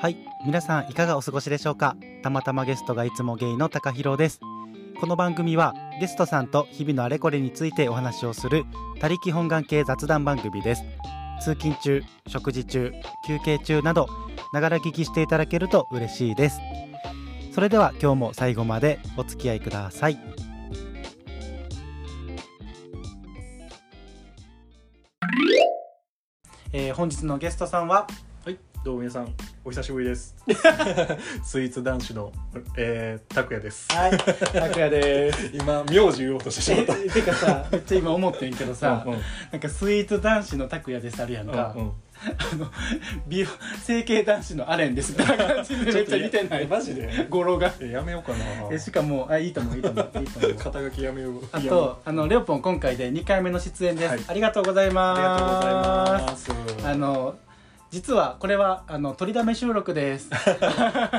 はい皆さんいかがお過ごしでしょうかたまたまゲストがいつもゲイの高弘ですこの番組はゲストさんと日々のあれこれについてお話をする他力本願系雑談番組です通勤中食事中休憩中などながら聞きしていただけると嬉しいですそれでは今日も最後までお付き合いくださいえー本日のゲストさんははい、どうも皆さん、お久しぶり です。スイーツ男子の、えー、拓也です。 はい、拓也です。今、名字言おうとしてしまえった。てかさ、めっちゃ今思ってんけどさう、んうんなんかスイーツ男子の拓也ですあるやんか、うんあの美容整形男子のアレンですみたいな感じでめっちゃ似てなえい。マジで語呂が。えやめようかな。えしかもあいいと思ういいと思ういいと思う。肩書きやめよう。あいやもうとあのレオポン今回で2回目の出演です。はいありがとうございあます。りがとうございます。あの実はこれはあの取りだめ収録 です。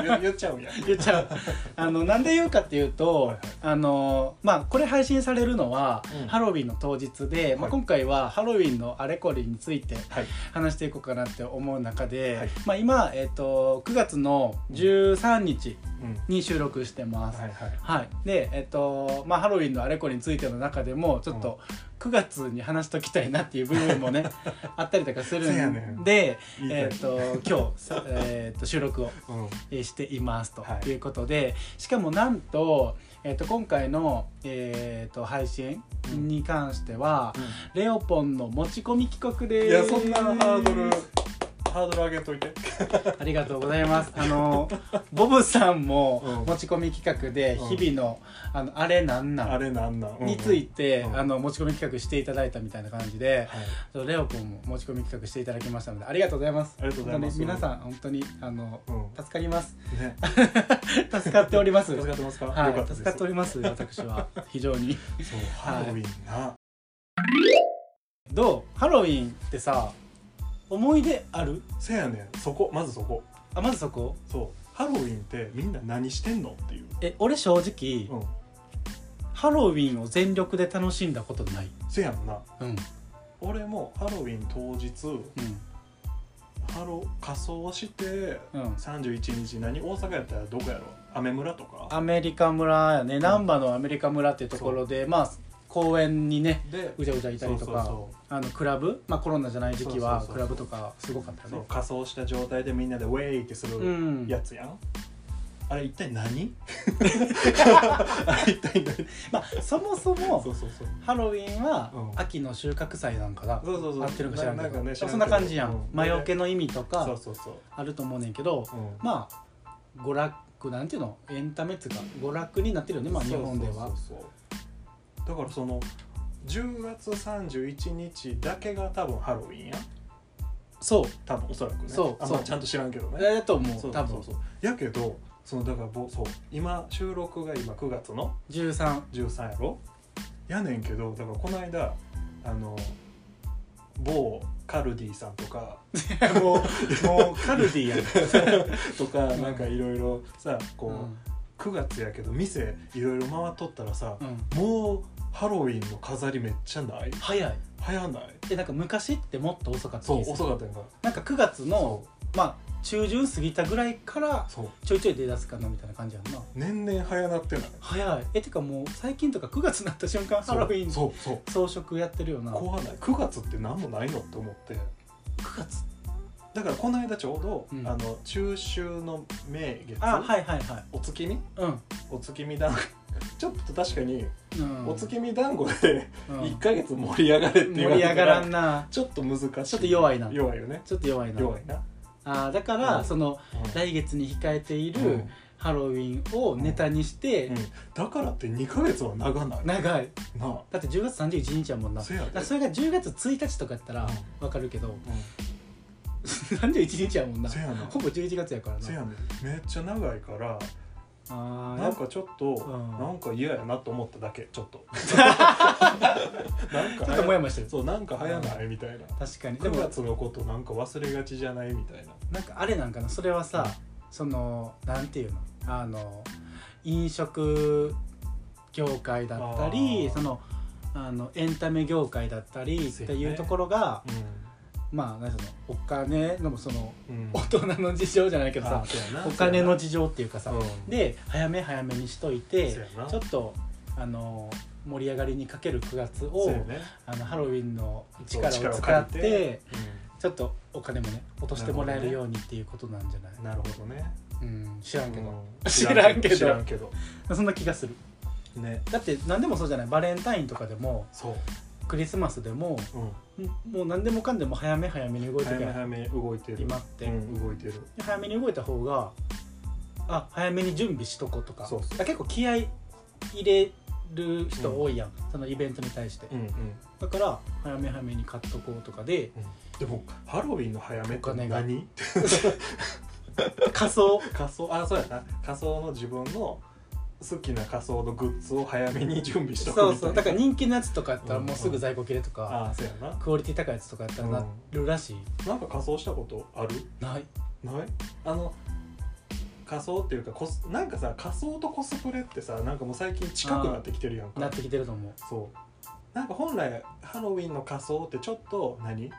言言っちゃうんや。言っちゃうあのなんで言うかっていうと、はいはいあのまあこれ配信されるのは、うんハロウィンの当日で、まあ、はい今回はハロウィンのあれこれについてはい。話していこうかなって思う中で、はいまあ、今、えっと9月の13日うん。に収録してます。はいはい。はい、で、えっとまあ、ハロウィンのあれこれについての中でもちょっと9月に話しときたいなっていう部分もね あったりとかするせやねんんで、言いたいえっと今日さ、えっと収録をうん。はえーしていますとはいいうことで、しかもなんと,、えー、と今回の、えー、と配信に関しては、レオポンの持ち込み企画いでや、すそんなハードル、ハードル上げといて。ありがとうございますあのボブさんもうん持ち込み企画でうん日々の,、あのあれなんなあんれなんなん。うんについ。て、うんあの持ち込み企画していただいたみたいな感じで、はい。ちょっとレオポンも持ち込み企画していただきましたのでありがとうございますありがとうございま本当すに皆さん本当にあの、うん。助かりますね。助かっております 助かってますか。 はよかっい、たです助かっております私は非常にそう、ハロウィンな。どうハロウィンってさ思い出あるせやねんそこまずそこあまずそこそうハロウィンってみんな何してんのっていう、え俺正直、うん、ハロウィンを全力で楽しんだことないせやんなうんうん俺もハロウィン当日ハロ仮装してうん31日何大阪やったらどこやろアメ村とかアメリカ村やね難波のアメリカ村っていうところでまあ公園にねでうじゃうじゃいたりとかそうあのクラブまあコロナじゃない時期はそうそうそうクラブとかすごかったそうそうね仮装した状態でみんなでウェイってすうるん やつやん、あれ一体何あれ一体何まあそもそそもうそうそうハロウィンはうん秋の収穫祭なんかなそうそうそう合ってるんか知らんけどななんかね知らんそけどんな感じやん、うん魔除けの意味とそかうそうそう、あると思うねんけどうんまあ娯楽なんていうのエンタメっつうか娯楽になってるよねまあ日本ではそうそうそうだからその10月31日だけが多分ハロウィンやんそう多分おそらくねそうあんそまうちゃんと知らんけどあねれだと思そうう多そ分うそうやけどそのだからぼそう今収録が今9月の13 13やろやねんけどだからこの間あの某カルディさんと かもうもうカルディやん、とかんなんかいろいろさこう、うん9月やけど店いろいろ回っとったらさ、うん、もうハロウィンの飾りめっちゃない早い早ないでなんか昔ってもっと遅かったそう気がす遅るかったよななんか9月のまあ中旬過ぎたぐらいからそうちょいちょい出だすかなみたいな感じやんな年々早なってない早いえてかもう最近とか9月になった瞬間ハロウィンそうそう装飾やってるよなそう9怖ない9月って何もないのって思って月だからこの間ちょうど、うんあの中秋の名月あはいはいはいお月見うんお月見団子 ちょっと確かに、うんお月見団子でうん1か月盛り上がれって言わ盛り上れたがららんなちょっと難しいちょっと弱いな弱いよねちょっと弱いな弱いな、あーだから、うんそのうん来月に控えていうんるハロウィンをネタにして、うんだからって2か月は長ないな長いあだって10月31日やもんなだせやでからそれが10月1日とかやったらうわかるけど うん31日やもんなせやなほぼ11月やからせやなねんめっちゃ長いからあーなんかちょっと、うんなんか嫌やなと思っただけちょっと なんかちょっとモヤモヤしてるそうなんか早ないみたいな確かにで9も月のことなんか忘れがちじゃないみたいななんかあれなんかなそれはさそのなんていうのあの飲食業界だったありーそのあのエンタメ業界だったりってそういやうねところが、うまあ何そのお金のその うん大人の事情じゃないけどさあそうやなお金のそ事情っていうかさ、うやなで早め早めにしといてそうやなちょっとあの盛り上がりにかける9月うんを、そうやねあのハロウィンのそう力を使って力を借りてちょっとお金もね落としてもらえるようにっていうことなんじゃない、うんなるほどねうん知らんけど、うん知知ららんんけどそんな気がするねだって何でもそうじゃないバレンタインとかでもそクリスマスでもう、うん、んもう何でもかんでも早め早めに動いて早るめやん早め動いてる今って、うん、動いてるで早めに動いた方があ早めに準備しとこうとかそうそうだから結構気合い入れる人多いやん、そのイベントに対して、うんうん、うん、だから早め早めに買っとこうとかででもハロウィンの早めおって金が何 仮想仮装あそうやな仮装の自分の好きな仮装のグッズを早めに準備しとくみそたいうなそうだから人気のやつとかやったらもうすぐ在庫切れとか、あそうやなクオリティ高いやつとかやったらなるらしい、なんか仮装したことあるないないあの仮装っていうかコスなんかさ仮装とコスプレってさなんかもう最近近くなってきてるやんなかってきてると思うそうなんか本来ハロウィンの仮装ってちょっと何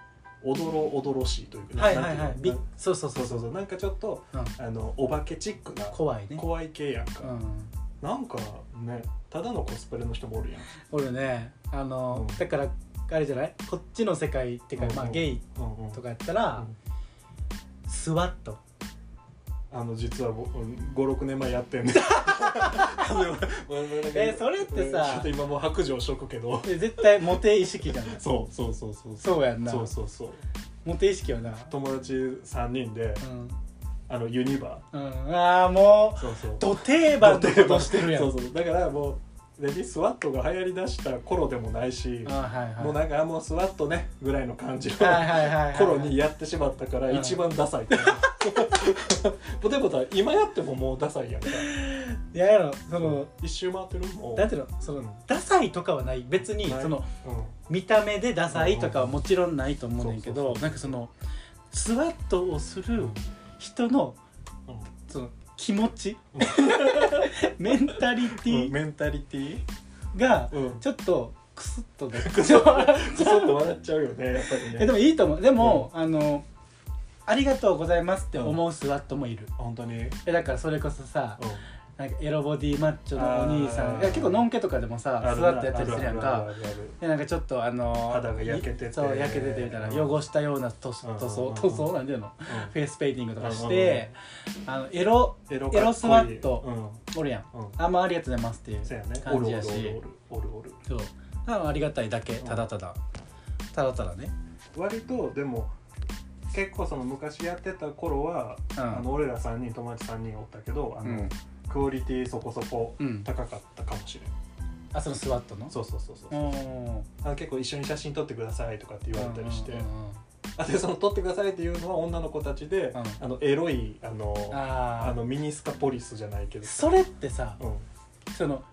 おどろおどろしいというかはいはいはないんてびうのそうそうそそうそうそうそうなんかちょっとう、うん、あのお化けチックな怖いね怖い系やんか、うん、なんかねただのコスプレの人もおるやん俺ねあの、うんだからあれじゃないこっちの世界っていうか、うんうんまあ、ゲイうんうんとかやったら、スワットあの実は56年前やって んねえそれってさちょっと今もう白状しとくけどで絶対モテ意識じゃないそうそうそう そううそうやんなそうそうそうモテ意識よな友達3人でうん、あのユニバうん、ああもそうそううド定番のことしてるやんそうそうだからもうレディスワットが流行りだした頃でもないしあーはいはいもうなんかあもうスワットねぐらいの感じのはいはいはいはい頃にやってしまったからうん一番ダ サいポテポタ今やってももうダサいやんかいややろその、一周回ってるもなんていうのその、うんダサいとかはない別に、ないそのう見た目でダサいとかはもちろんないと思うねんけど、うんそうそうそうなんかそのスワットをすんる人のうんその気持ち メンタリテうんィメンタリティがう んちょっとクスッとねちょっと笑っちゃうよねやっぱり えでねもいいと思うでも、あのありがとうございますって思うスワットもいる、本当にえだからそれこそさなんかエロボディマッチョのお兄さんあーいや結構のんけとかでもさスワットやったりするやんかでなんかちょっとあの肌が焼けててそう焼けててみたいなうん汚したような塗うん装う塗装んうんうん塗装なんていうのフェイスペインティングとかしてあのエロエロエロスワットうおるやんんうんあんまありがとうございますっていうそうやねお感るおじるやしおるおるおるおるそう多分ありがたいだけただただただただね割とでも結構その昔やってた頃はうんあの俺ら3人友達3人おったけどあうのんクオリティそこそこうん高かったかもしれんあそのスワットのそうそうそうそうおーあ結構一緒に写真撮ってくださいとかって言われたりしてうんうんうんうんあでその撮ってくださいっていうのは女の子たちでうんあのエロいあのあああのミニスカポリスじゃないけどそれってさうんその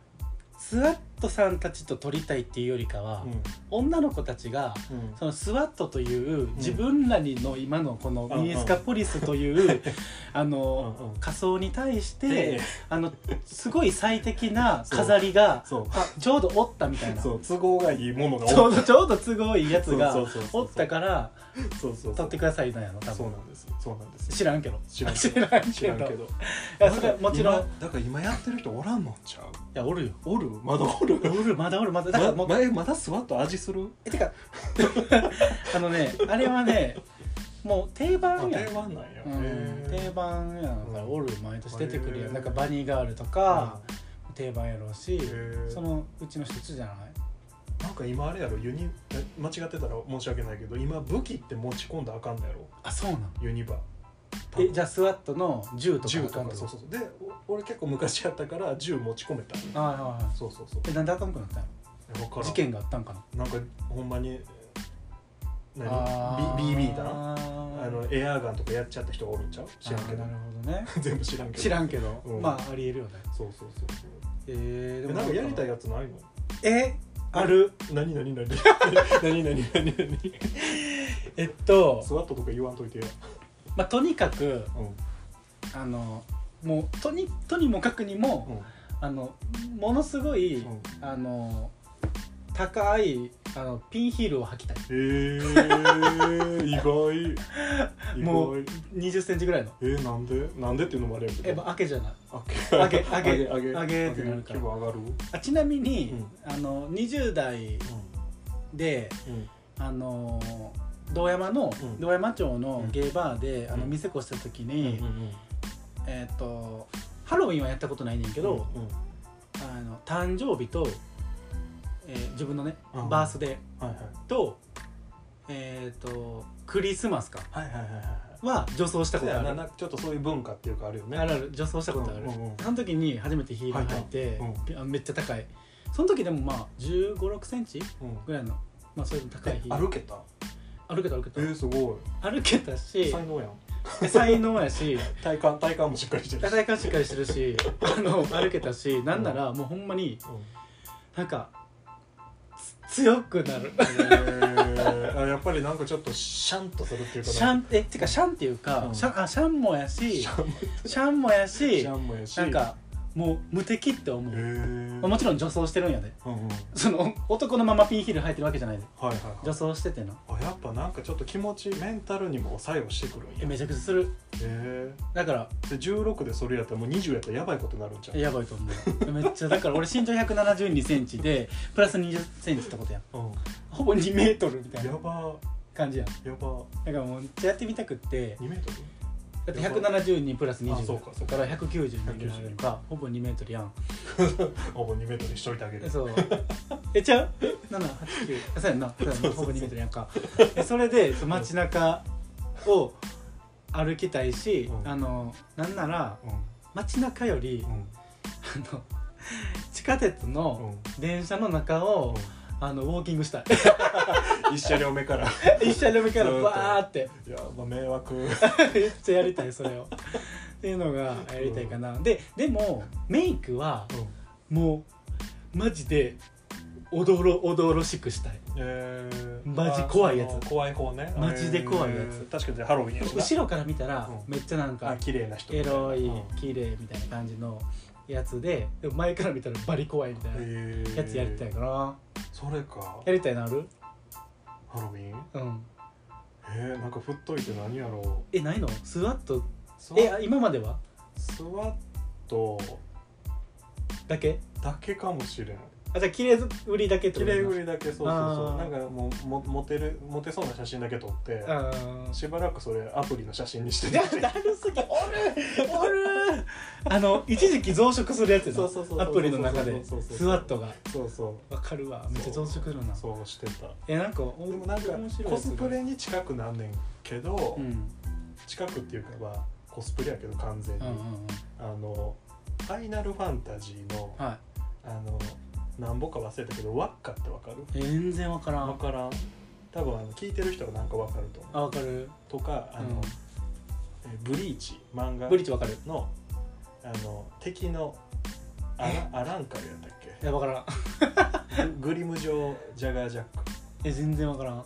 スワットさんたちと撮りたいっていうよりかは、女の子たちがうんうんそのスワットという自分らにの今のこのミニスカポリスという、 あの、うんうん仮装に対して、であのすごい最適な飾りがそうあちょうどおったみたいなそう都合がいいものがちょ多うどちょうど都合いいやつがそうそうそうそうおったからそうそうそ撮っうてくださいなんやろ多そう分なんですそうなんです知らんけど知らんけ知どらんけど知らんけどいやそれはもちろんい今だから今やってる人おらんのんちゃうやおるよおるま だおるおるまだおるまだだからもまう、まえまだスワッと味するえてか あのねあれはねもう定あ番やん定番なんやうん定へ番やんからうんおる毎年出てくるやへんーなんかバニーガールとか定番やろうしへーそのうちの一つじゃないーなんか今あれやろユニえ間違ってたら申し訳ないけど今武器って持ち込んだらあかんのやろあそうなのユニバえじゃあスワットの銃とか銃とあんっかてこそうそうそうでお俺結構昔やったから銃持ち込めたとはいはいはそうそうそういえなんであかんくなったのえわからん事件があったんかななんかほんまに何あ B- ー BB 弾あのエアーガンとかやっちゃった人がおるんちゃう知らんけどあーなるほどね全部知らんけど知らんけどうんまあありえるよねそうそうそうそうえーえでもなんかやりたいよやつないのえある何何何何何何何何えっとスワットとか言わんといてよ、まあとにかくうんあのもうとにとにもかくにもうんあのものすごい、うんあの高いあのピンヒールを履きたいえー、意外意外もう2 0ンチぐらいのえー、なんでなんでっていうのもあれやけどえば開けじゃないああげあげあげあげあげってなるから気分上がるあちなみに、うんあの20代でうんうんあの堂山の、うん堂山町のうんゲイバーで、あのうん店越した時うんに、えっ、とハロウィンはやったことないねんけど、うんうんあの誕生日と、えー自分のね、うんバースデはいーと,、えー、とクリスマスかはいはいはいはいはいはいは女装したそことうやあるななんかちょっとそういう文化っていうかあるよねあるある女装したことある、うんうんうんその時に初めてヒール履いて、履いたピあめっちゃ高いその時でもまあ1 5 6センチうんぐらいのまあそれでも高いえヒール歩けた歩けた歩けた、えー、すご歩けたいし才能やん才能やし体幹体幹もしっかりしてるし体幹しっかりしてるしあの歩けたしなんならもうほんまにうんなんかつ強くなるえーあやっぱりなんかちょっとシャンとするっていうかシャンえってかシャンっていうか、うんシャンあシャンもやしシシャンもャンもやシしャンもやしなんかもう無敵って思へう、ーまあもちろん女装してるんやでうんうんはいその男のままピンヒール履いてるわけじゃないではい女は装しててないあやっぱなんかちょっと気持ちメンタルにも作用してくるんえやへめちゃくちゃするえだからで16でそれやったらもう20やったらやばいことになるんちゃうやばいと思うめっちゃだから俺身長1 7 2センチでプラス2 0センチってことやんうんほぼ2メートルみたいやなば感じやんやばだからもうめっちゃやってみたくって2メートルだって172プラスあそうかそ20だうかから192ぐらいあるからほぼ2メートルやんほぼ2メートルにしといてあげるそう えちゃう789そうやん なそうやんなほぼ2メートルやんかえそれでそう街中を歩きたいし、うんあのなんならうん街中より、うんあの地下鉄うのん電車の中を、あのウォーキングしたい 一車両目から一車両目からずーっとバーって いやまあ迷惑めっちゃやりたいそれをっていうのがやりたいかな、ででもメイクはもうマジでおどろおどろしくしたいえーマジ怖いやつあその怖い方ねマジで怖いやつえー確かにじゃあハロウィンやしな後ろから見たらうんめっちゃなんあか綺麗な人エロいうん綺麗みたいな感じのやつででも前から見たらバリ怖いみたいなへーやつやりたいかなそれかやりたいのあるハロウィンうんえー、なんか振っといて何やろえないのスワッとうスえワあ今まではスワットだけだけかもしれんあじゃあ綺麗売りだけって綺こと麗売りだけそうそうそうあなーんかもうもモテるモテそうな写真だけ撮ってあーしばらくそれアプリの写真にしていや だるすぎおるおるあの一時期増殖するやつやなそうそうそうアプリの中でそうそうそうスワットがそうそわかるわうめっちゃ増殖するなうそうしてたえなんかおでもなんか面白いコスプレに近くなんねんけど、うん近くっていうかまあコスプレやけど完全うに、んうんうんあのファイナルファンタジーのはあのなんぼか忘れたけど輪っかってわかるい全然わからわんからん多分あの聞いてる人はなんかわかると思あわかるうとかあの、えブリーチ漫画ブリーチわかるのあの敵のアラアランカルやったっけいやわからん ググリム状ジャガージャック、え全然わからん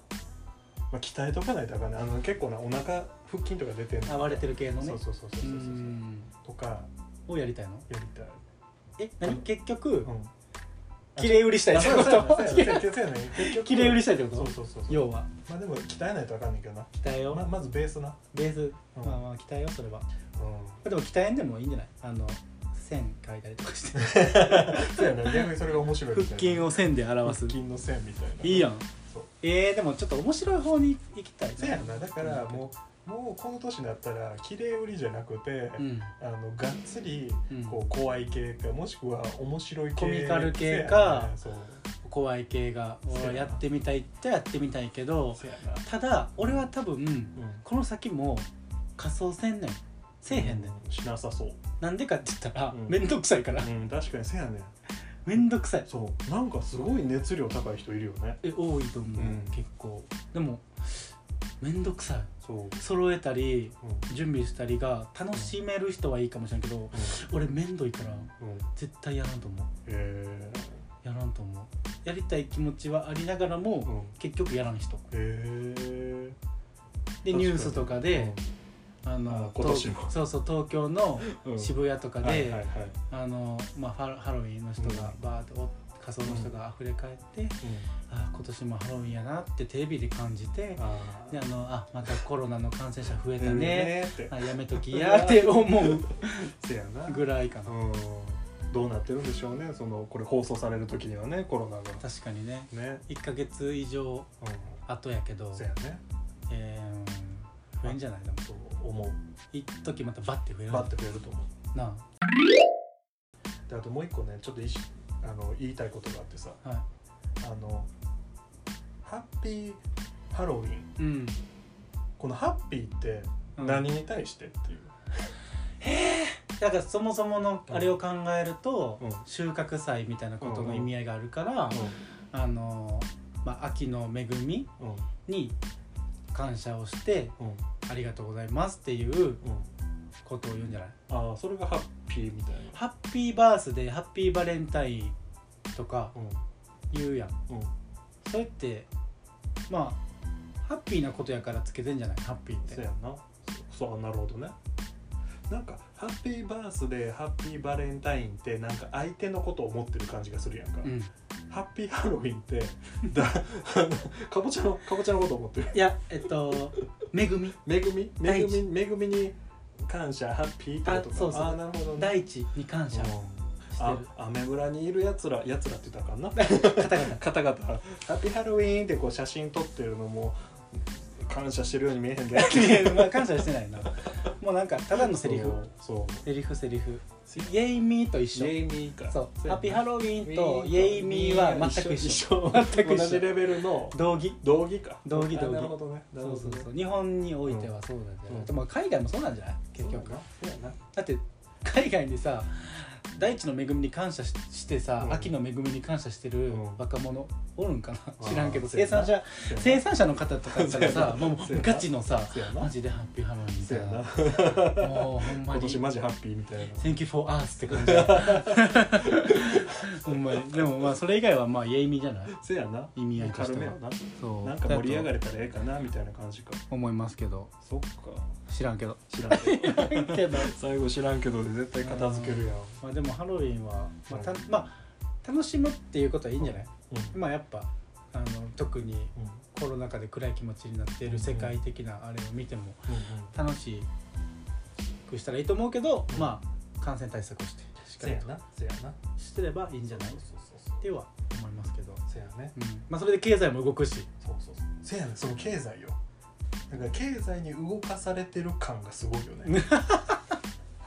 まあ、鍛えとかないとあかんねあの結構なお腹腹筋とか出てんのあ割れてる系のねそうそうそうそううそうそうんとかをやりたいのやりたい、え何結局うん、綺麗売りしたいってこそうや なとそうや なそうやな結局綺麗売りしたいってそこうとそうそうそう要はまあでも鍛えないとわかんないけどな鍛えよまうまずベースなベースうんまあまあ鍛えようそれはうでも鍛えんでもいいんじゃないあの線書いたりとかして んそうやね逆にそれが面白いみ腹たいな筋を線で表す腹筋の線みたいないいいやんそうえー、でもちょっと面白い方に行きたいそうやんなだからもうもうこの年になったら綺麗売りじゃなくて、うんあのがっつりうんこう怖い系かもしくは面白い系コミカル系かそう怖い系がそうやな俺はやってみたいっちゃやってみたいけどそうやなただ俺は多分うんこの先も仮装せんねんせえへんねんしなさそう、なんでかって言ったらうん面倒くさいからうん、確かにせやねん面倒くさいそうなんかすごい熱量高い人いるよねえ多いと思う、うん結構でも面倒くさいそう、うん揃えたり準備したりが楽しめる人はいいかもしれんけど俺面倒いからうんうん、絶対やらんと思うえやらんと思うやりたい気持ちはありながらも、ーうん、結局やらん人えーでニュースとかで、ああの今年も東そうそう東京のうんうん渋谷とかで、はいはいはいあのまあ、ハロハロウィンの人がバーってお仮装の人が溢れ返って、あ今年もハロウィンやなってテレビで感じてあーであのあまたコロナの感染者増えた出るねねーってあやめときやって思うせやなぐらいかなうんどうなってるんでしょうねそのこれ放送される時にはねコロナが確かにねね1ヶ月以上う後やけどんせやねえー、増えんじゃないでもそう思う一時またバッて増えるバッて増えると思うなであともう一個ねちょっといしあの言いたいことがあってさあはあのハッピーハロウィンいうん、このハッピーってうん何に対してっていう、だからそもそものあれを考えると、うん収穫祭みたいなことの意味合いがあるから、あのまあ、秋の恵みうんうんに感謝をしてうんありがとうございますっていううんことを言うんじゃないああそれがハッピーみたいなハッピーバースデーハッピーバレンタインとかう言うやんんうんそれってまあハッピーなことやからつけてんじゃないハッピーっそうてやんなそうそうなるほどねなんかハッピーバースデーハッピーバレンタインってなんか相手のことを思ってる感じがするやんか、うんハッピーハロウィンってだあのかぼちゃのかぼちゃのことを思ってるいやえっと 恵み恵み第恵一み恵みに感謝ハッピーってことかあそうそうあーなるほどね大地に感謝をあしアメ村にいるやつらやつらって言ったらあかんなてる方々方々ハッピーハロウィンってこう写真撮ってるのも感謝してるように見えへんでいやまあ感謝はしてないなもうなんか ただのセリフそうそうセリフセリフイエイミーと一イ緒エイミーかそうやハッピーハロウィーンとイエイミーは全く一緒緒全 く一緒同じレベルの同義道義か道義あ道義なるほどねそなるほうどそうねそう日本においてはそうなんじゃない、うんでも海外もそうなんじゃない結局だそうやなって海外にさ大地の恵みに感謝ししてさ、うん秋の恵みに感謝してるうん若者おるんかあなー知らんけどそうや生な産者そう生や産者の方とかそさうやなさもうそうやなガチのさそうやなマジでハッピーハロウィンそうやなさもうほんま今に年マジハッピーみたいな Thank you for us って 感じほんまにでもまあそれ以外はまあイエイミじゃないそうやな意味合いとして軽はめやなそうなんか盛り上がるれたらええかなみたいな感じか思いますけどそっか知らんけ ど知らんけどけど最後知らんけどで絶対片付けるやんまあでもハロウィンは、まあたうんまあ、楽しむっていうことはいいんじゃない、うんまあやっぱあの特にうんコロナ禍で暗い気持ちになっている世界的なあれを見てもうん楽しくしたらいいと思うけど、まあ感染対策をしてしっかせりやとなせやなしてればいいんじゃないっそうそうそうては思いますけど、せやねうんまあ、それで経済も動く しそうそうそうせやねその経済よだから経済に動かされてる感がすごいよね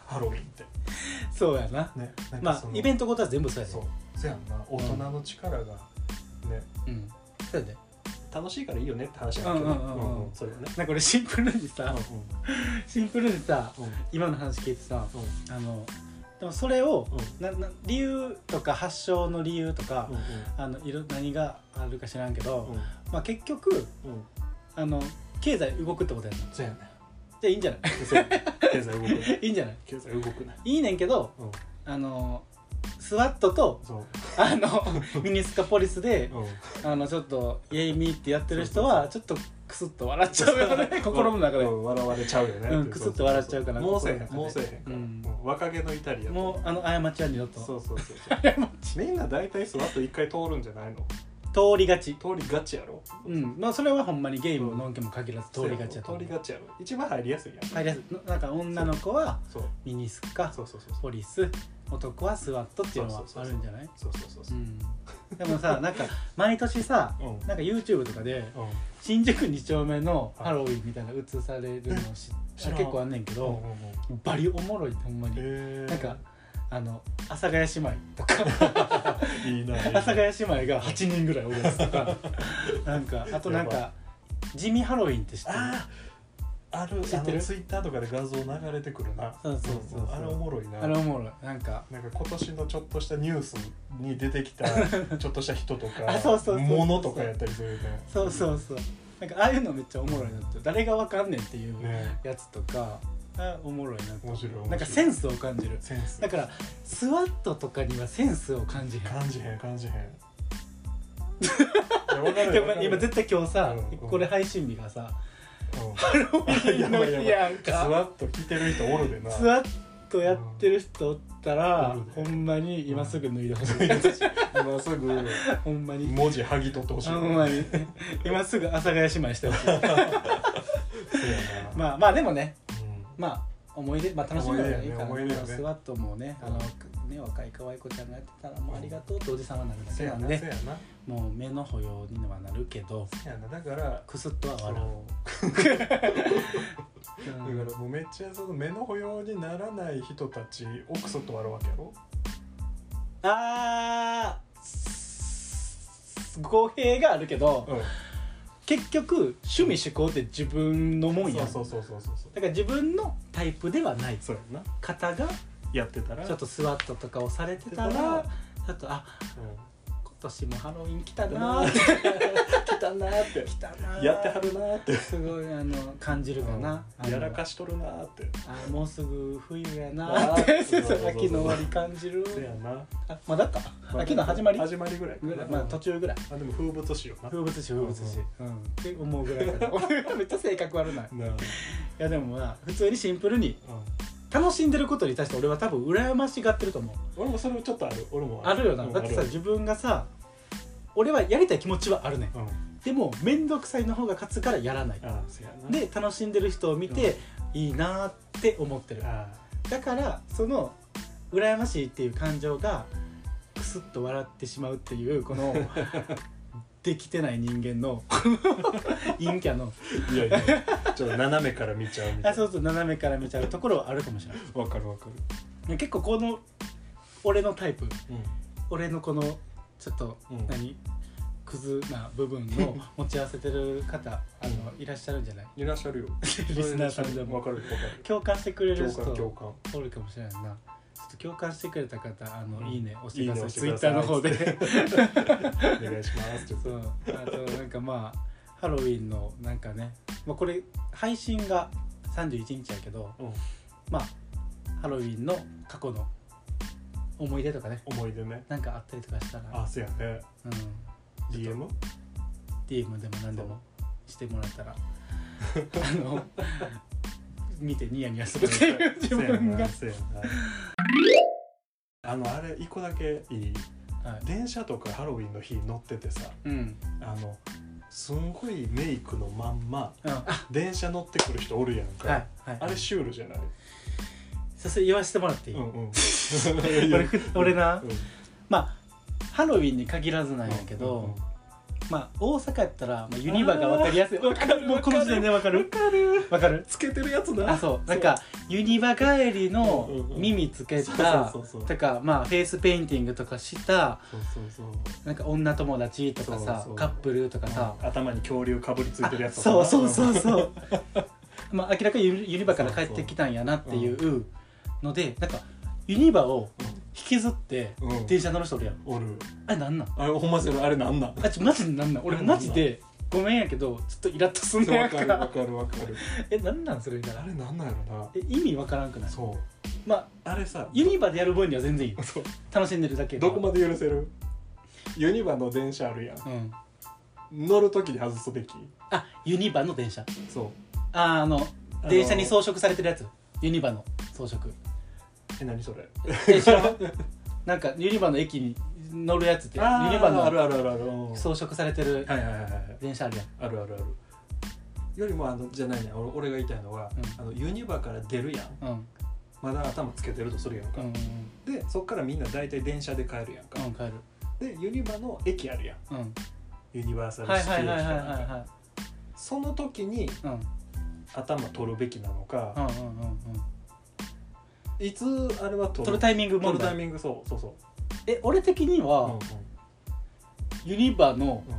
ハロウィンってそうやなねなんまかそあのイベントごとは全部そうやでそうせやんな大人の力がねうんそうやで楽しいからいいよねって話なんだけどうんうんうんうんうんうんそれはねなんか俺シンプルにうんさうんシンプルにさうん今の話聞いてさうんあのでもそれをうんなな理由とか発症の理由とか、うんあのいろ何があるか知らんけど、うんまあ、結局うんうんあの経済動くってことやなじせやねゃあいいんじゃない せやね経済動くねいいんじゃない経済動くねいいねんけどうんあのスワットと そうあのミニスカポリスでうんあのちょっとイエイミーってやってる人はちょっとクスッと笑っちゃうよね 心の中で、うん笑われちゃうよねうんクスッと笑っちゃうからもうせえへん心のもう中せえでへんからうんもう若気のイタリアともうあの過ちは二度そとうそうそうそうみんな大体スワット一回通るんじゃないの通りがち通りガチやろうんまあそれはほんまにゲームものんけも限らず通りがちやと通思うりガチやろ一番入りやすいやん入りやすいなんか女の子はそうミニスカそうそうそうそうポリス男はスワットっていうのはあるんじゃないそうそうそううそうんでもさなんか毎年さうんなんか YouTube とかでうん新宿2丁目のハロウィンみたいな映されるのし知らん結構あんねんけうんどうんうんバリおもろいほんまにへーなんかあの阿佐ヶ谷姉妹とかいいな阿佐ヶ谷姉妹が8人ぐらいおるやつと かなんかあとなんやか地味ハロウィンって知ってるあーある知ってるあのツイッターとかで画像流れてくるなそうそうそうそうんあれおもろいなあれおもろいなんかなんか今年のちょっとしたニュースに出てき たちょっとした人とかあそうそうそうそう物とかやったりするよねそうそうそうなんかああいうのめっちゃおもろいなって誰がわかんねんっていうねやつとかあおもろいなと面白い面白いなんかセンスを感じるセンスだからスワットとかにはセンスを感じへん感じへん感じへんいやわか るでよわもかるよ今絶対今日さ、うんうんこれ配信日がさうんハロウィンの日やんやばいやかばいスワッと来てる人おるでなスワットやってる人おったら、うんほんまに今すぐ脱いでほしい、今すぐほんまに文字剥ぎ取ってほしいほんまに 今すぐ阿佐ヶ谷姉妹してほしい そうやな、まあまあでもねうんまあ思い出まあ楽しみながらいいから思い出だよね思い出だよねスワットもねあのね若い可愛い子ちゃんがやってたらもうありがとうっておじさんはなるだせけなやんなでせやなもう目の保養にはなるけどせやなだからクスッとはそ笑のう、だうかんらもうめっちゃその目の保養にならない人たちをクソっと笑うわけやろあー語弊があるけどう結局趣味嗜好って自分のもんんそやだうんそうそうそうそうそうから自分のタイプではないそうやな方がやってたらちょっとスワットとかをされてただかららちょっとあう今年もハロウィン来たなー って来たなーって来たなーんやってはるなーってすごいあの感じるかな、あのやらかしとるなーってあもうすぐ冬やなーってそうそうそうそう秋の終わり感じるせやなあまだか秋の始まり始まりぐらいかぐならいまあ途中ぐらいあでも風物詩よな風物詩風物詩うんって思うぐらいかな俺 はめっちゃ性格悪ないいなあやでもまあ普通にシンプルにうん楽しんでることに対して俺は多分羨ましがってると思う俺もそれもちょっとある俺もあるよなうんだってさある自分がさ俺はやりたい気持ちはあるねんうんでも面倒くさいの方が勝つからやらないあせやなで楽しんでる人を見ていいなーって思ってるあだからその羨ましいっていう感情がクスッと笑ってしまうっていうこ のできてない人間の陰キャのいやいやちょっと斜めから見ちゃうみたあいなそうそう斜めから見ちゃうところはあるかもしれわかるわかるない結構この俺のタイプうん俺のこのちょっとうん何、クズな部分 を持ち合わせてる方あのいらっしゃるんじゃないいらっしゃるよリスナーさんでわもかるわかる共感してくれる人共感共感おるかもしれないなちょっと共感してくれた方あの、うんいいね押しいていくねださい押してツイくだッさターいの方でお願いしますちょっ とそうあとなんかまあハロウィンのなんかね、まあ、これ配信が31日やけどうんまあハロウィンの過去の思い出とかね思い出ねなんかあったりとかしたら、あせやねうん、 DM? DM でも何でもしてもらえた らあの見てニヤニヤするっていう自分が、せやなあのあれ一個だけいいはい電車とかハロウィンの日乗っててさうんあのすんごいメイクのまんまうん、は電車乗ってくる人おるやんいか、はいあれシュールじゃないさすが言わせてもらっていい、うんうん 俺俺なうんまあハロウィンに限らずなんやけど、うんうんまあ大阪やったら、まあ、ユニバが分かりやすいわかるもうこの時点で分かるわかる分かるつけてるやつだあそうなんかユニバ帰りのうんうんうん耳つけそうたそうそうそうとかまあフェイスペインティングとかしたそうそうそうなんか女友達とかそうさそうカップルとかさ、頭に恐竜かぶりついてるやつとかそうそうそうそう まあ明らかにユニユニバから帰ってきたんやなっていうのでなんかユニバを引きずってうんうん電車乗る人おるやんおるあれなんなんあれほんまそれあれなんなんあちょマジでなんなん俺マジでごめんやけどちょっとイラッとすんねやわんかるわかるわかるえなんなんそれみたいあなれなんなんやろえ意味わからんくなないそうまああれさユニバでやる分には全然いいよそう楽しんでるだけやか どらこまで許せるユニバの電車あるやんうん乗るときに外すべきあユニバの電車そうあーあのあの電車に装飾されてるやつユニバの装飾え何それえ知らんなんかユニバの駅に乗るやつってユニ あーバあるのあるあるあるうん装飾されてるはいはいはいはい電車あるやんあるあるあるよりもあのじゃないね俺俺が言いたいのは、うんあのユニバから出るやんうんうんまだ頭つけてるとするやんか、うんでそっからみんな大体電車で帰るやんかう、ん帰るでユニバの駅あるやうんんユニバーサルはいシテはいィはいはい駅はいかなんかはその時にいうん頭取るべきなのうか、んうんうんうんいつあれは撮取るるタイミング取問るタイ題ミングそうそうそうえ俺的には、うんうんユニバのうん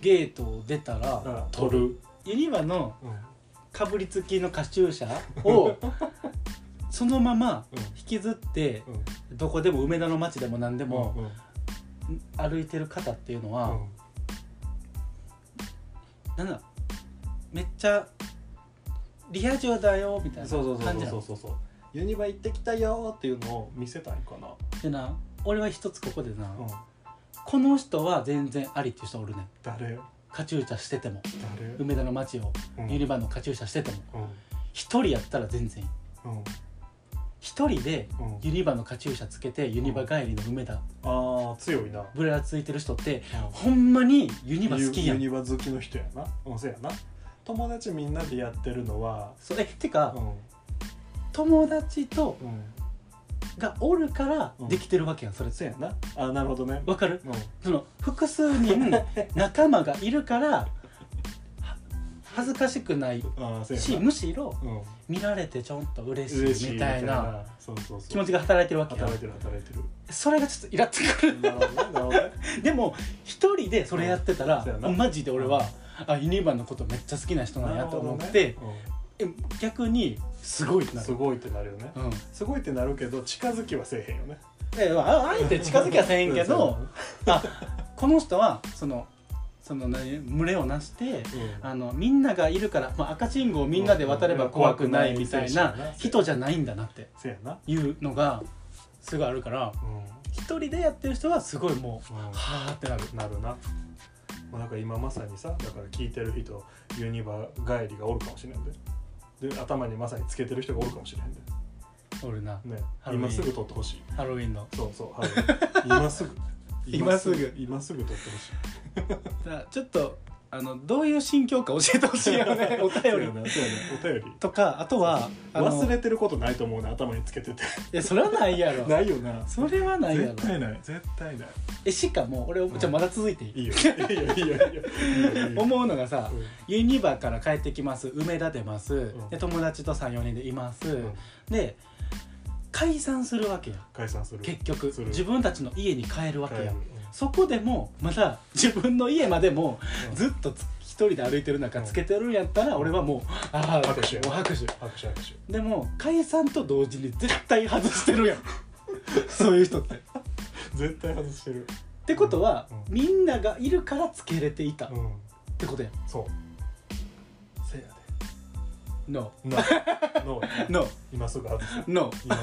ゲートを出たら、だから撮取る、ユニバのうんうん、かぶりつきのカチューシャ をそのまま引きずってどこでも梅田の街でも何でもうんうん歩いてる方っていうのは、なんだめっちゃリア充だよみたいなそうそうそう感じなそうのそうそうユニバ行ってきたよーっていうのを見せたいかな、でな俺は一つここでな、うん、この人は全然ありっていう人おるねん誰カチューシャしてても誰梅田の街をうんユニバのカチューシャしててもうん一人やったら全然いいうん一人でうんユニバのカチューシャつけてユニバ帰りの梅田ああ強いな、ブレラついてる人ってほんまにユニバ好きやユんニバ好きの人やなうんそうやな友達みんなでやってるのはそうえてかうん友達とうんがおるからできてるわけやんそれそうやなあなるほどねわかるうん その複数人 仲間がいるからは恥ずかしくないああそうしやなむしろうん見られてちょんと嬉嬉ししいいみたいなそうそうそう気持ちが働いてるわけやん働いてる働いてるそれがちょっとイラってく るなるほどねなるほどねでも一人でそれやってたらそうやなマジで俺はあユニバのことめっちゃ好きな人なんやと思って、え逆にすごいってうんなする。ごいってなるよねうんすごいってなるけど近づきはせえへんよねでまあ、あえて近づきはせへ んけどあこの人はそのその何群れをなしてそうやなうんあのみんながいるから、まあ、赤信号をみんなで渡れば怖くないみたいな人じゃないんだなってせやないうのがすごいあるからう一人でやってる人はすごいもんううんはあってなるなるなもうなんか今まさにさだから聞いてる人ユニバ帰りがおるかもしれんでで頭にまさにつけてる人がおるかもしれんで俺なねハロウィン今すぐ撮ってほしいハロウィンのそうそ うハロウィン今すぐ今すぐ今すぐ撮ってほしいだからちょっとあのどういう心境か教えてほしいよ ねおそうや便りなそうやなお便りとかあとはあの忘れてることないと思うね頭につけてていやそれはないやろないよなそれはないやろ絶対ない絶対ないえしかも俺うんじゃあまだ続いていい いいよいいよいいよいいよいいよいいよ思うのがさうんユニバから帰ってきます梅田出ます、んで友達と34人でいます、うんで解散するわけや解散する結局する自分たちの家に帰るわ帰けるやそこでもまた自分の家までもうんずっとつ一人で歩いてる中うんつけてるんやったら俺はもうああ拍手もう拍手拍手拍手でも解散と同時に絶対外して るやんそういう人ってっ絶対外してるてことは、うんみんながいるからつけれていたっうんてことやそうせやん No でノー No 今すぐ外す No 今す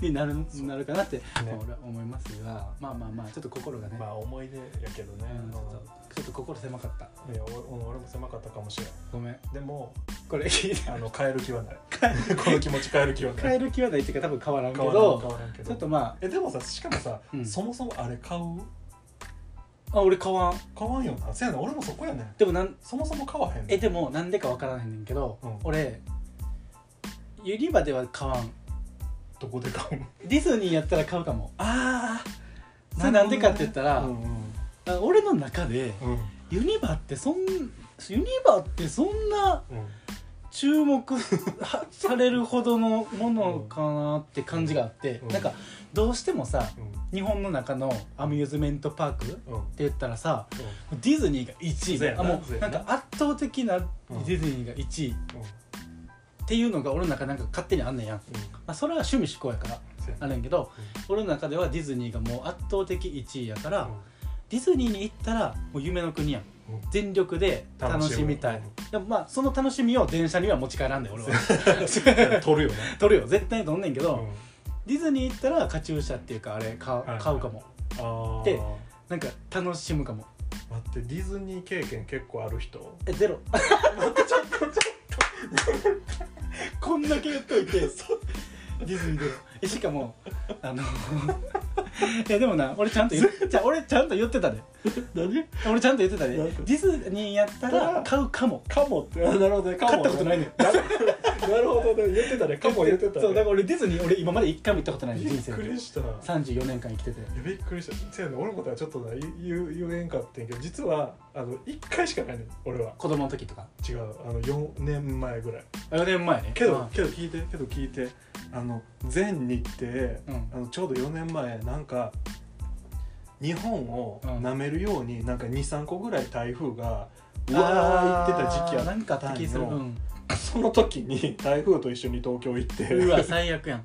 ぐになるそうなるかなって、まあ俺は思いますがまあまあまあちょっと心がね、まあ思い出やけどねうんちょっとちょっと心狭かったいや俺俺も狭かったかもしれんごめんでもこれ聞いてあ の変える気はない この気持ち変える気はない買える気はないっていうか多分変わらんけ変わらんど変わらんけどちょっとまえでもさしかもさ、うんそもそもあれ買うああ俺買わん買わんよなせやな俺もそこやねんでもなんそもそも買わへんねえんでもなんでかわからへんねんけど、うん俺ユニバでは買わんどこで買うのディズニーやったら買うかもあそれなんでかって言ったら、うんうんあ俺の中でうんユニバってそんユニバってそんなうん注目 はされるほどのものかなって感じがあって、うんなんかどうしてもさう日本の中のアミューズメントパークってんうん言ったらさディズニーが1位そうやあなもそううなやなんか圧倒的なデうんィズニーが1位っうんていうのが俺の中なんか勝手にあんねんやん、まあ、それは趣味思考やからせやあなれんけど俺の中ではディズニーがもう圧倒的1位やから、うんディズニーに行ったらもう夢の国やんうん全力で楽しみたい楽しでもまあその楽しみを電車には持ち帰らんで俺は取るよね 取るよ絶対取んねんけうど、んディズニー行ったらカチューシャっていうかあれ買う,、はいはい買うかもあーでなんか楽しむかも待ってディズニー経験結構ある人えゼロこんだけ言っといてディズニーゼロえしかもあの いやでもな俺ちゃんと言っじゃあ俺ちゃんと言ってたで何俺ちゃんと言ってたでなんデてィズニーやったら買うかもカモってあなるほどねカモ買ったことないねんなる なるほどね言ってたねカモ言ってたそうだからね俺ディズニー俺今まで一回も行ったことないび人っ生くでりした34年間生きてていやびっくりしたせやね俺のことはちょっとな言う言う言えんかってんけど実はあの1回しかないねん俺は子供の時とか違うあの4年前ぐらい4年前ねけうんどけど聞いてけど聞いてあの全日程、んあのちょうど4年前なんか日本を舐めるように、なんか23個ぐらい台風がうわー行ってた時期あーなんあかったん適する、うよん、その時に台風と一緒に東京行ってうわ最悪やん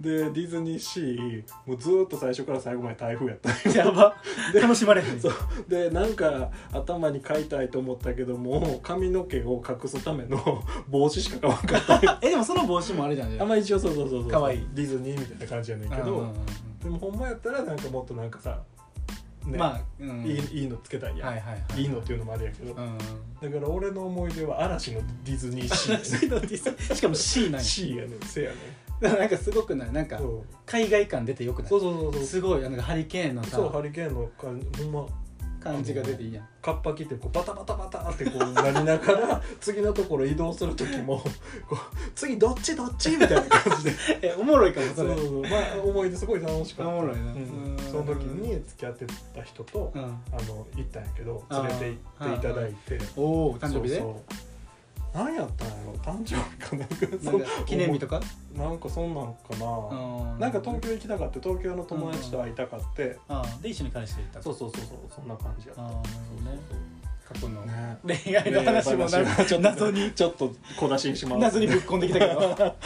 でディズニーシーもうずーっと最初から最後まで台 風やったやばで楽しまれへんそうでなんか頭に描いたいと思ったけども髪の毛を隠すための 帽子しか買わんかったえでもその帽子もあれじゃんあんまあ一応そうそうそうそうかわいいディズニーみたいな感じやねんけうんうんうんどでもほんまやったらなんかもっとなんかさ、ねまあ、うん、いいいいのつけたいやん、はいはいはいい、いのっていうのもあれやけど、うだんから俺の思い出は嵐のディズニーシー嵐のディズニーしかも C なんや C やねんせやねんなんかすごくないなんかうん海外感出てよくないそうそうそうそうすごいなんかハリケーンのさそうハリケーンの感じほんま感じが出ていいやんカッパ着てこうバタバタバタってこうなりながら 次のところ移動する時も こう次どっちどっちみたいな感じでえおもろいかも そそうれそうそうまあ思い出すごい楽しおかっもろいな、た、うんうんその時に付き合ってた人と、うんあの行ったんやけどあー連れて行っていただいておお誕生日でそうそう何やったんやろ誕生日かなんかなん か記念日とかかなんかそんなんかな、ななんか東京行きたかって東京の友達と会いたかって、あーで一緒に彼氏と行ったそうそうそうそうそんな感じやったああなるほどね過去のね恋愛の話もなんかちょっと 謎にちょっと小出しにします 謎にぶっ込んできたけど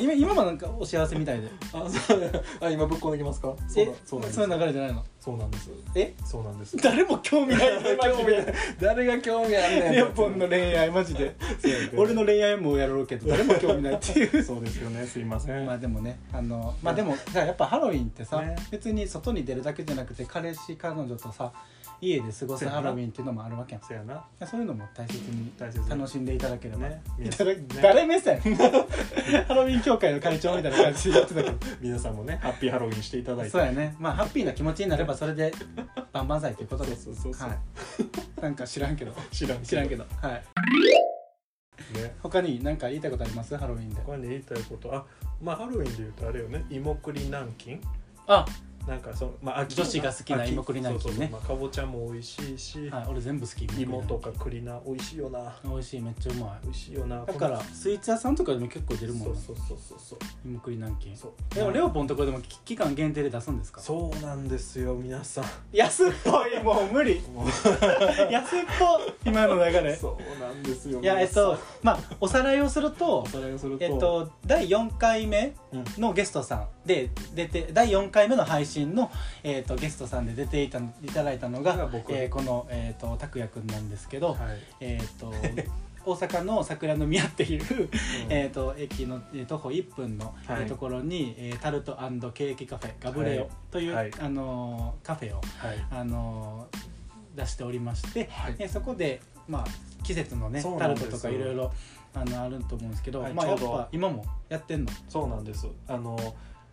今今もなんかお幸せみたいであそう あ今ぶっこんできますかそうだえそそううないうんです流れじゃないのそうなんですえそうな んです誰も興味ない誰が興味ない誰が興味あんねん日本の恋愛マジでそうやけど俺の恋愛もやろうけど誰も興味ないっていうそうですよねすいませ ん、まあでもねあのまあでもさやっぱハロウィンってさ、ね別に外に出るだけじゃなくて彼氏彼女とさ家で過ごすハロウィンっていうのもあるわけやんそうやなそういうのも大切に大切に楽しんでいただければ、ねい皆たさんだね誰目 線ハロウィン協会の会長みたいな感じでやってたけど皆さんもねハッピーハロウィンしていただいてそうやねまあハッピーな気持ちになればそれで万々歳ということですそうそうそうそうはい、 なんか知らんけど知らん知らんけどはいね他に何か言いたいことありますハロウィンでこれね言いたいことあまあハロウィンでいうとあれよね芋栗南京あ、なんかそのまあ秋女子が好きな秋芋栗南京ねそうそうそうまあかぼちゃも美味しいし、はい、俺全部好き芋とか栗な美味しいよな美味しいめっちゃうまい美味しいよなだからスイーツ屋さんとかでも結構出るもんそうなそうそうそうそう芋栗南京そうでもレオポンとこでも期期間限定で出すんですかそうなんですよ皆さん安っぽいもう無理 安っぽ今の流れそうなんですよいやえっとまあおさらいをするとおさらいをするとえっと第4回目うんのゲストさんで出て第4回目の配信の、えっとゲストさんで出ていたいただいたのがが僕えーこの、えっと拓也くんなんですけど、はいえっと大阪の桜の宮っていううんえー、と駅の、えー徒歩1分の、はいえーところに、えータルトケーキカフェガブレはオいという、はいあのーカフェを、はいあのー出しておりまして、はいえーそこで、まあ、季節のねそうタなんルですトとかいろいろあのあると思うんですけど、はいまあ、ちやょっうどぱ今もやってんの、そうなんですあの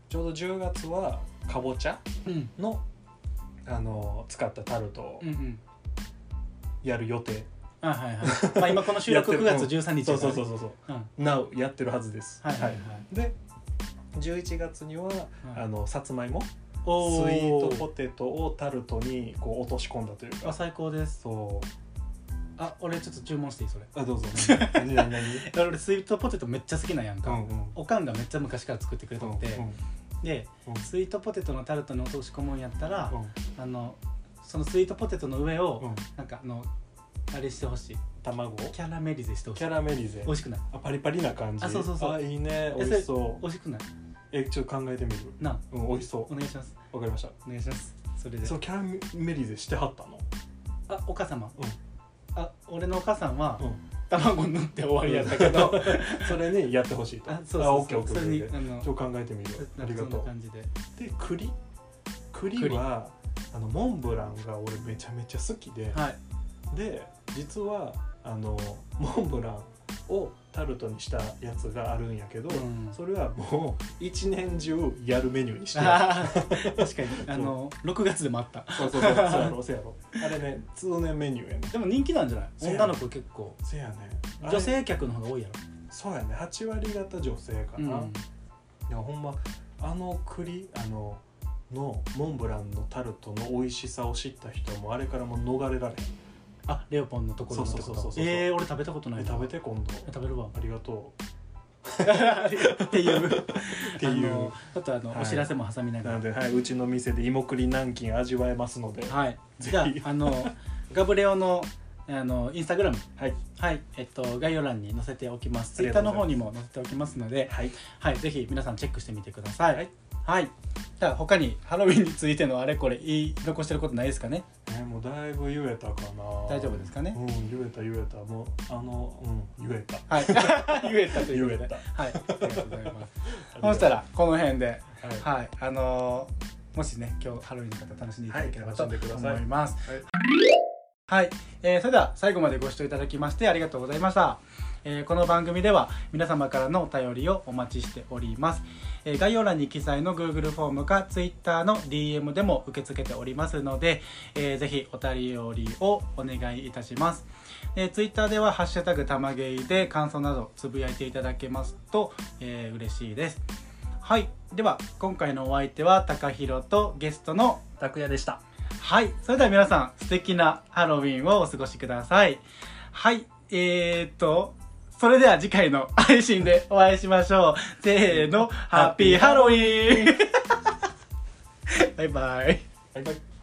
ちょうど10月はかぼちゃうんのあの使ったタルトをうんうんやる予定、あはいはい、まあ、今この収録や9ってる月13日そうそうそうう、そうそううん、はい Now やってるはずですはいはい、で11月には、あのさつまいもスイおーートポテトをタルトにこう落とし込んだというあか最高ですそうあ俺ちょっと注文していいそれあどうぞ何何何俺スイートポテトめっちゃ好きなんやんか、うんうんおかんがめっちゃ昔から作ってくれとって、うんでうんスイートポテトのタルトに落とし込むんやったら、あのそのスイートポテトの上を、うんなんかあのあれしてほしい卵キャラメリゼしてほしキいャラメリゼ美味しくないあパリパリな感じあそうそうそうあいいねえ美味しそう美味しくないえちょっと考えてみるなあうん美味しそお願いしますうわかりましたお願いしますそれでそのキャラメリゼしてはったのあお母様うあ俺のお母さんは、んうん卵塗って終わりやったけどそれにやってほしいとあそうあそオうッケーそうオッケそれーにオッケあーのちょっと考えてみるあなんりかがそんなと感じでうで栗栗はあのモンブランが俺めちゃめちゃ好きではいで実はあのモンブランをタルトにしたやつがあるんやけど、うんそれはもう一年中やるメニューにしてああー確かにあの6月でもあったる そうそうそうそうやろそうやろあれね通年メニューやねでも人気なんじゃないそうやね女の子結構せやねあれ女性客の方が多いやそうやね8割方女性かろ、うんな、いやほんまあの栗あののモンブランのタルトの美味しさを知った人はもうあれからもう逃れられへんあレオポンのところのってこそうそとうそうそうそうえー、俺食べたことないえな食べて今度食べるわ ありがとうって いうっていあうのちょっとあの、はいお知らせも挟みながならので、はいうちの店で芋栗南京味わえますのではいぜひじゃああのガブレオのあのインスタグラムはいはいえっと概要欄に載せておきますあツイりッがターとのうご方ざいますにも載せておきますのではいはいぜひ皆さんチェックしてみてくださいははいい、じゃあ他にハロウィンについてのあれこれ言い残してることないですかねね、もうだいぶ言えたかな大丈夫ですかねうん言えた言えたもうあのうん言えた はい言えたということではい言ありがとうございますそしたらこの辺で、はいはい、あのーもしね今日ハロウィンの方楽しんでいただければとはい思楽しんでくださいいます。はいはい、えーそれでは最後までご視聴いただきましてありがとうございました。ええーこの番組では皆様からのお便りをお待ちしております、えー概要欄に記載の Google フォームか Twitter の DM でも受け付けておりますので、えーぜひお便りをお願いいたしますえー、ツイッターでは「ハッシュタグたまげい」で感想などつぶやいていただけますと、えー嬉しいですはいでは今回のお相手はたかひろとゲストの拓也でしたはいそれでは皆さん素敵なハロウィンをお過ごしくださいはいえー、っとそれでは次回の配信でお会いしましょうせーのハッピーハロウィン バイバイバイバイ